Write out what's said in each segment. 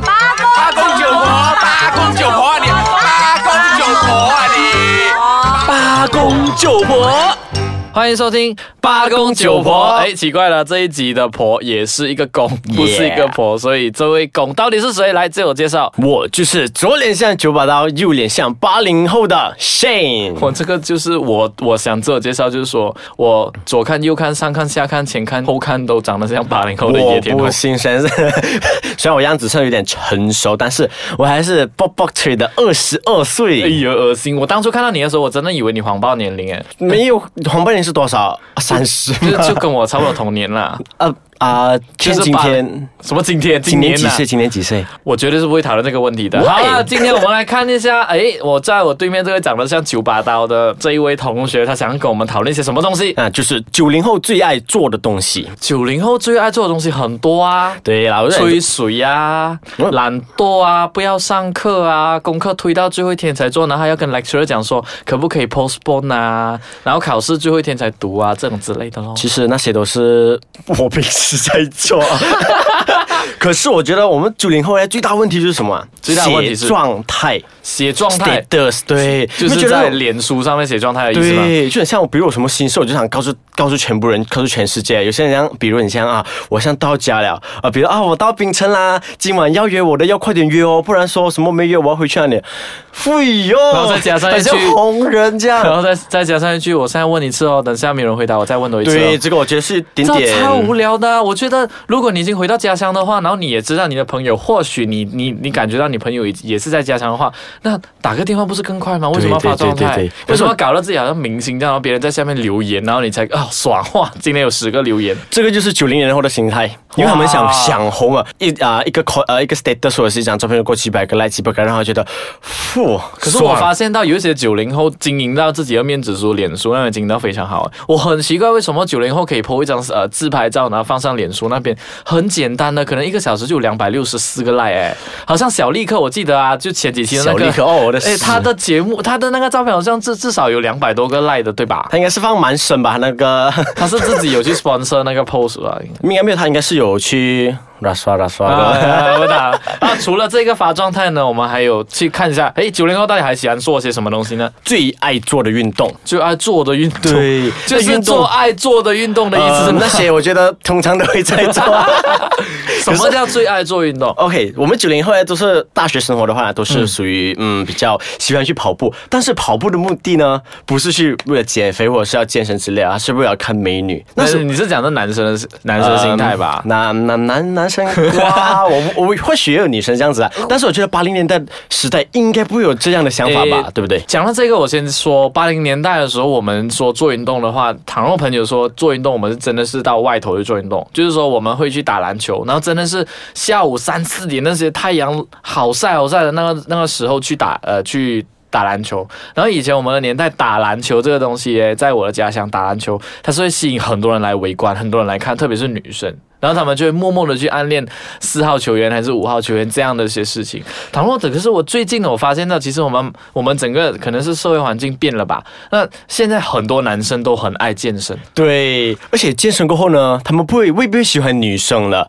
八公九婆，八公九婆啊你，八公九婆啊你，八公九婆。欢迎收听八公九婆。哎，奇怪了，这一集的婆也是一个公，不是一个婆所以这位公到底是谁？来自我介绍。我就是左脸像九把刀，右脸像八零后的 Shane。我这个就是我，我想自我介绍，就是说我左看右看上看下看前看后看都长得像八零后的野我田龙哦不。心酸，虽然我样子算有点成熟，但是我还是抱抱腿的二十二哎岁。呦，恶心！我当初看到你的时候，我真的以为你谎报年龄，哎，没有黄半年是多少？三 十就就跟我差不多同年啦。呃啊！今就是今八天 什么今啊天？今年呐几岁？今年几岁？我绝对是不会讨论这个问题的。好了，今天我们来看一下， 哎，我在我对面这位长得像九把刀的这一位同学，他想跟我们讨论一些什么东西？啊，就是九零后最爱做的东西。九零后最爱做的东西很多啊。对啦，我就吹水啊，嗯懒惰啊，不要上课啊，功课推到最后一天才做，然后还要跟 lecturer 讲说可不可以 postpone 啊，然后考试最后一天才读啊，这种之类的咯。其实那些都是我平时在 做。可是我觉得我们九零后呢，最大问题就是什么啊？最大的问题是写状态写状态，status，对，就你是觉得在我脸书上面写状态的意思吗？对，就很像我，比如有什么心事，我就想告诉告诉全部人，告诉全世界。有些人像，比如你像啊，我像到家了啊，比如啊，我到槟城啦，今晚要约我的要快点约哦，不然说什么没约我要回去那里。费哟， 然后再加上一句好像红人这然样。后再再加上一句，我现在问一次哦，等下没有人回答，我再问多一次、对，哦。这个我觉得是一点这 点超无聊的啊、我觉得如果你已经回到家乡的话，然后你也知道你的朋友，或许你你你感觉到你朋友也也是在家乡的话，那打个电话不是更快吗？为什么要发状态？对对对对对为什么要搞到自己好像明星这样，然后别人在下面留言，然后你才啊、爽哇！今天有十个留言，这个就是九零年后的心态，因为他们想想红啊，一啊、一个 call 呃一个 status 或者是一张照片就过几百个 like 几百个，让他觉得，噗，可是我爽发现到有一些九零后经营到自己的面子书、脸书那边经营到非常好。我很奇怪为什么九零后可以 po 一张呃自拍照，然后放上脸书那边，很简单的，可能一个小时就有两百六十四个 like 哎，好像小立刻我记得啊，就前几期的那小个立刻 哦，我的哎，死他的节目，他的那个照片好像至至少有两百多个 like 的，对吧？他应该是放蛮深吧，那个他是自己有去 sponsor 那个 post 啊。应该没有，他应该是有去 r 刷 s 刷啊的。，我打。那除了这个发状态呢，我们还有去看一下，哎，九零后到底还喜欢做些什么东西呢？最爱做的运动。就爱做的运动，对 就是做爱做的运动的意思是呃吗那些 我觉得通常都会在 做。什么叫最爱做运动？ OK，我们九零后呢，都是大学生活的话呢，都是属于嗯比较喜欢去跑步，但是跑步的目的呢，不是去为了减肥或者是要健身之类啊，是为了看美女。但那嗯呃是你是讲的男生的男生心态吧？男男男男生哇，我我或许也有女生这样 子啊，但是我觉得八零年代时代应该不会有这样的想法吧，诶对不对？讲到这个，我先说，八零年代的时候，我们说做运动的话，倘若朋友说做运动，我们是真的是到外头去做运动，就是说我们会去打篮球，然后真的是下午三四点那些太阳好晒好晒的那个那个时候去打呃去。打篮球，然后以前我们的年代打篮球这个东西耶，在我的家乡打篮球，它是会吸引很多人来围观，很多人来看，特别是女生，然后他们就会默默的去暗恋四号球员还是五号球员这样的一些事情。倘若，可是我最近呢，我发现到，其实我们我们整个可能是社会环境变了吧。那现在很多男生都很爱健身，对，而且健身过后呢，他们不会未必会喜欢女 生了。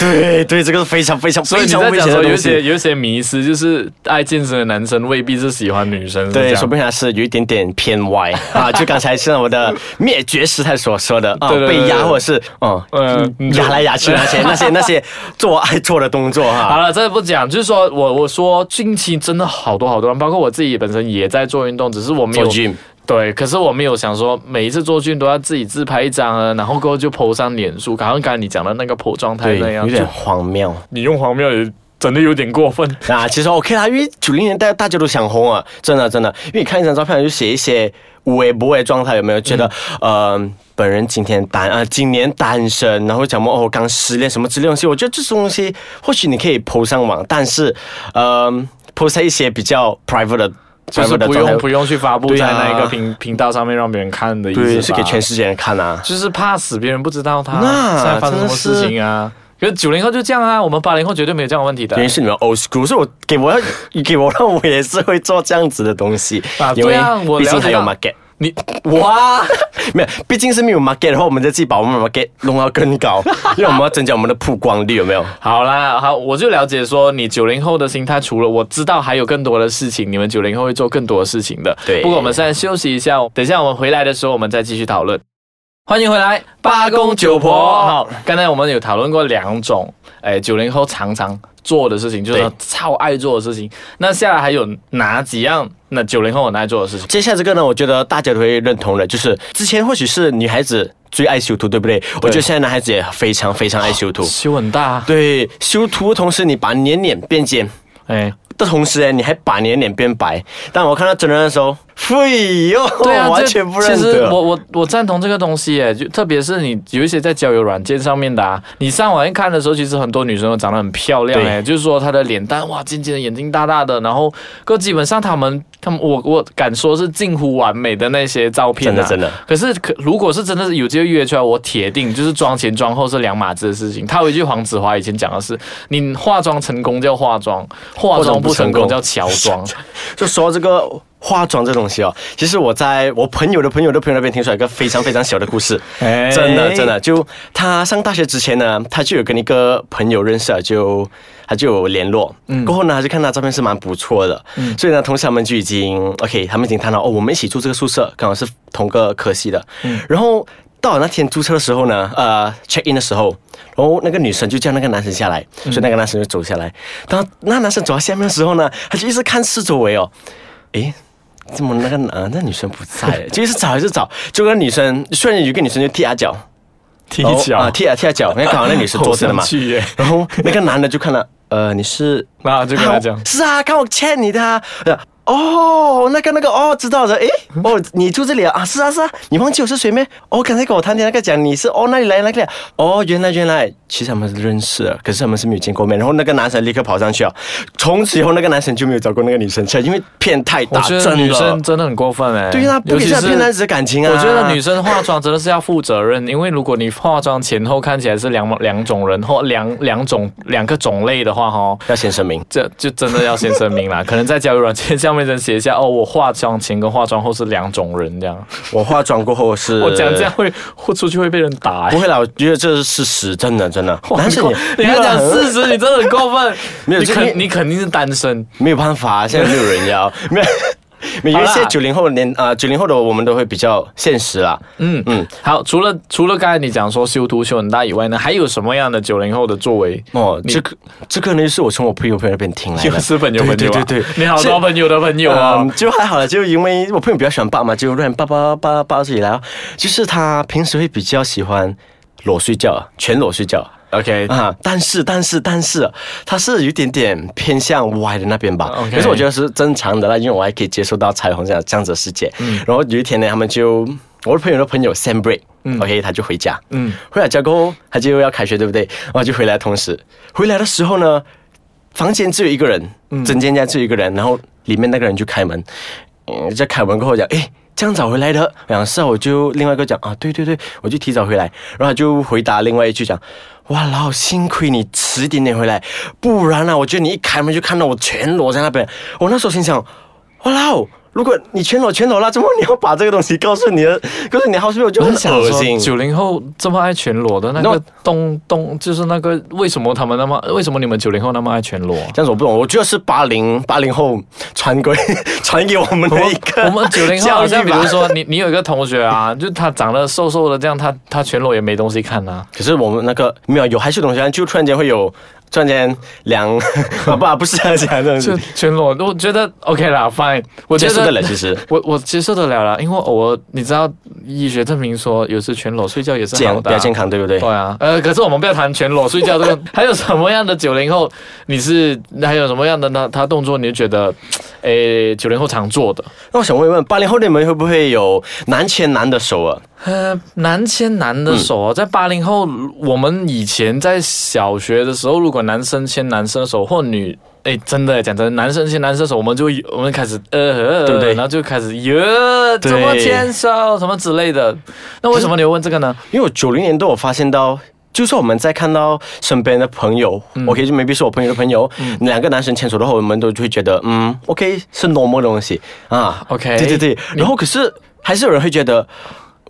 对对，这个是非常非常所以非你常在危讲险的说有一东些西。有一些迷思，就是爱健身的男生未必是喜欢女生，是这对，样说不定还是有一点点偏歪啊！就刚才像我的灭绝师太所说的啊对，对对被压对或者是 嗯嗯压来压去那些那些那些做爱做的动作啊 好哈。了，这不讲，就是说我我说近期真的好多好多人，包括我自己本身也在做运动，只是我没有做 gym 对，可是我没有想说每一次做运动都要自己自拍一张啊，然后过后就 po 上脸书，好像刚才你讲的那个 po 状态对，那样，有点就荒谬。你用黄庙也真的有点过分。啊，其实 OK 啦，因为九零年代大家都想红啊，真的真的。因为你看一张照片，就写一些无微不微的状态，有没有觉得、嗯呃，本人今天单啊、今年单身，然后讲我哦刚失恋什么之类的东西，我觉得这种东西或许你可以 PO 上网，但是呃，PO 在一些比较 private 的。就是不用不用，用去发布对在啊那一个频、频道上面让别人看的意思吧对，是给全世界人看啊。就是怕死别人不知道他那现在发生什么事情啊。可是九零后就这样啊，我们八零后绝对没有这样的问题的原因是你们 old school，所以我 给我要给我让我也是会做这样子的东西啊，因为对啊我毕了竟解还有到 market。你哇，没有，毕竟是没有 market 的话，我们就自己把我们的 market 弄到更高，因为我们要增加我们的曝光率，有 没有？好啦，好，我就了解说你九零后的心态，除了我知道还有更多的事情，你们九零后会做更多的事情的。对不过我们现在休息一下，等一下我们回来的时候，我们再继续讨论。欢迎回来，八公九婆。好，刚才我们有讨论过两种，哎，九零后常常做的事情，就是对超爱做的事情。那下来还有哪几样？那九零后很爱做的事情？接下来这个呢，我觉得大家都会认同的，就是之前或许是女孩子最爱修图，对不对？我觉得现在男孩子也非常非常爱修图。修很大，对，修图的同时你把你的脸变尖哎，的同时呢，你还把你的脸变白。但我看到真人的时候，嘿哟，对啊，我哦完这全不认其实我得。我我赞同这个东西耶，就特别是你有一些在交友软件上面的、啊，你上网一看的时候，其实很多女生都长得很漂亮哎，就是说她的脸蛋哇尖尖的，眼睛大大的，然后可基本上她们她们我我敢说是近乎完美的那些照片、啊，真的真的。可是可如果是真的是有机会约出来，我铁定就是妆前妆后是两码子的事情。他有一句黄子华以前讲的是，你化妆成功叫化妆，化妆不成功叫乔装。就说到这个化妆这东西哦，其实我在我朋友的朋友的朋友那边听出来一个非常非常小的故事，哎真的真的，就他上大学之前呢，他就有跟一个朋友认识了，就他就有联络，过后呢，他就看他照片是蛮不错的，所以呢，同时他们就已经 OK，他们已经谈好哦，我们一起住这个宿舍，刚好是同个科系的，然后。到了那天注册的时候呢，呃，check in 的时候，然后那个女生就叫那个男生下来，所以那个男生就走下来。当那男生走到下面的时候呢，他就一直看四周围哦，诶，怎么那个男、那女生不在？就一直找，一直找，就跟女生，虽然有一个女生就踢他脚，踢然后啊， 踢他踢他脚，因为刚好那女生坐着的 嘛好生气耶。然后那个男的就看了，呃，你是然 后就跟他讲 啊是啊，刚我欠你的、啊。哦，那个那个哦，知道的，诶，哦，你住这里啊？啊，是啊是啊，你忘记我是谁没？哦，刚才跟我谈天那个讲你是哦，那里来那个来哦，原来原来，其实他们是认识的，可是他们是没有见过面。然后那个男生立刻跑上去了，从此以后那个男生就没有找过那个女生去了，因为骗太我大，觉真得的。女生真的很过分哎、对啊不尤可以其这样是骗男子的感情啊我觉得女生化妆真的是要负责任，因为如果你化妆前后看起来是两两种人或两两种两个种类的话，哈。要先声明，这就真的要先声明 啦，可能在交友软件上面先写一下哦，我化妆前跟化妆后是两种人这样。我化妆过后是我讲这样会会出去会被人打、不 欸。会啦，我觉得这是事实，真的真的。但是很你过你还讲事实，你真的很过分。 没有你这肯因为你肯定是单身。没有办法，现在没有人要，没有。没有好一啦些九零后年啊，九、零后的我们都会比较现实啦。嗯嗯嗯，好，除了除了刚才你讲说修图修很大以外呢，还有什么样的九零后的作为？哦，你这个这个呢，是我从我朋友朋友那边 听来的。又是朋友朋友、啊，对对对对你好是多朋友的朋友啊、 嗯，就还好了，就因为我朋友比较喜欢爸嘛，就乱爸爸爸爸自己来哦。就是他平时会比较喜欢裸睡觉，全裸睡觉。 OK，啊，但是但是但是，他是有一点点偏向歪的那边吧。 OK 可是我觉得是正常的啦，因为我还可以接受到彩虹这样这样子的世界。然后有一天呢，他们就我的朋友的朋友 Sam Break。OK，他就回家，嗯嗯，回来家过后，他就要开学，对不对？然后就回来，同时回来的时候呢，房间只有一个人，整间家只有一个人，然后里面那个人就开门，嗯，在开门过后讲，诶，这样早回来的，然后是啊，我就另外一个讲啊，对对对，我就提早回来，然后他就回答另外一句讲，哇老幸亏你迟点点回来，不然啊，我觉得你一开门就看到我全裸在那边，我那时候心想，哇老。如果你全裸全裸啦，怎么你要把这个东西告诉你的，告诉你的 h o u s e 我就很恶心。九零后这么爱全裸的那个那东东，就是那个为什么他们那么为什么你们九零后那么爱全 裸啊？这样子我不懂，我觉得是八零八零后传给 传给我们的一个我们九零后好像教育比吧如说你你有一个同学啊，就他长得瘦瘦的这样，他他全裸也没东西看啊。可是我们那个没有有还是有东西啊，就突然间会有，突然间两 啊不啊不是啊这样这样就子，全裸，我觉得 OK 啦，fine，我觉接得受得了其实。我我接受得了啦，因为我你知道医学证明说有时全裸睡觉也是这好样的比啊、较健康，对不对？对啊，呃，可是我们不要谈全裸睡觉 这个，还有什么样的九零后你是还有什么样的呢？他动作你就觉得，诶，九零后常做的，那我想问一问，八零后你们会不会有男牵男的手啊？呃，男牵男的手、哦，在八零后，我们以前在小学的时候，如果男生牵男生的手，或女。诶，真的讲真的，男生牵男生手，我们就我们开始呃，对不对然后就开始哟，怎么对牵手什么之类的。那为什么你会问这个呢？因为我九零年代我发现到。就是我们在看到身边的朋友、o 嗯 k 就 maybe 是我朋友的朋友，两个男生牵手的话，我们都就会觉得，嗯，OK 是 normal 的东西啊 OK 对对对。然后可是还是有人会觉得。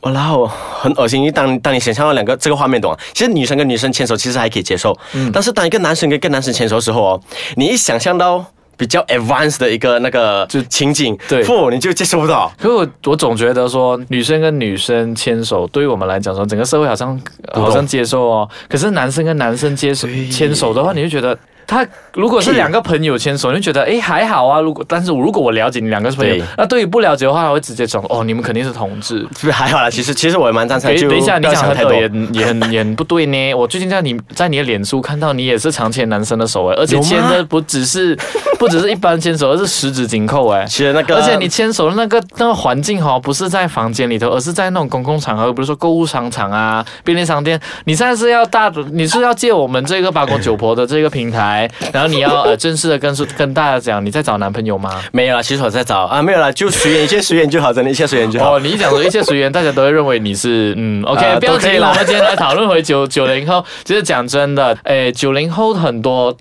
哇啦哦，很恶心！因为当当你想象到两个这个画面，懂吗？啊其实女生跟女生牵手其实还可以接受，嗯但是当一个男生跟一个男生牵手的时候哦，你一想象到比较 advanced 的一个那个就情景，对不，你就接受不到。可是我我总觉得说，女生跟女生牵手，对于我们来讲说，整个社会好像懂好像接受哦。可是男生跟男生接手牵手的话，你就觉得他如果是两个朋友牵手，你就觉得诶还好啊。如果但是如果我了解你两个是朋友对，那对于不了解的话，他会直接讲哦，你们肯定是同志。是不是还好啦？其实其实我也蛮赞成，等就等一下，不你要讲想很太多多。也也很也很不对呢。我最近在你在你的脸书看到你也是常牵男生的手哎诶，而且有吗牵的不只是不只是一般牵手，而是十指紧扣哎诶。其实那个，而且你牵手的那个那个环境哦，不是在房间里头，而是在那种公共场合，比如说购物商场啊、便利商店。你现在是要大，你是要借我们这个八公九婆的这个平台，然后你要呃正式的跟跟大家讲你在找男朋友吗？没有啦，其实我在找啊，没有啦，就随缘，一切随缘就好，真的，一切随缘就好。哦，你一讲说一切随缘，大家都会认为你是嗯，OK，、 呃不要啊都可以紧了。啦我们今天来讨论回 九九零后，其实讲真的，诶，九零后很多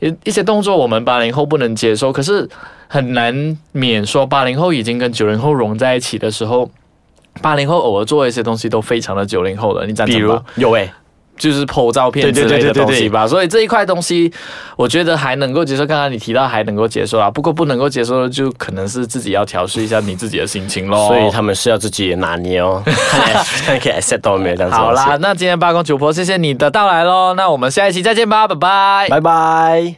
一一些动作我们八零后不能接受，可是很难免说八零后已经跟九零后融在一起的时候。八零后偶尔做一些东西都非常的九零后了，你赞成比吧如有诶、就是剖照片对之对对类的对对东对西吧。所以这一块东西，我觉得还能够接受。刚刚你提到还能够接受啊，不过不能够接受的就可能是自己要调试一下你自己的心情咯。所以他们是要自己拿捏哦，看 看可以 accept 到没有这样子。好啦，，那今天八公主婆，谢谢你的到来喽。那我们下一期再见吧，拜拜。拜拜。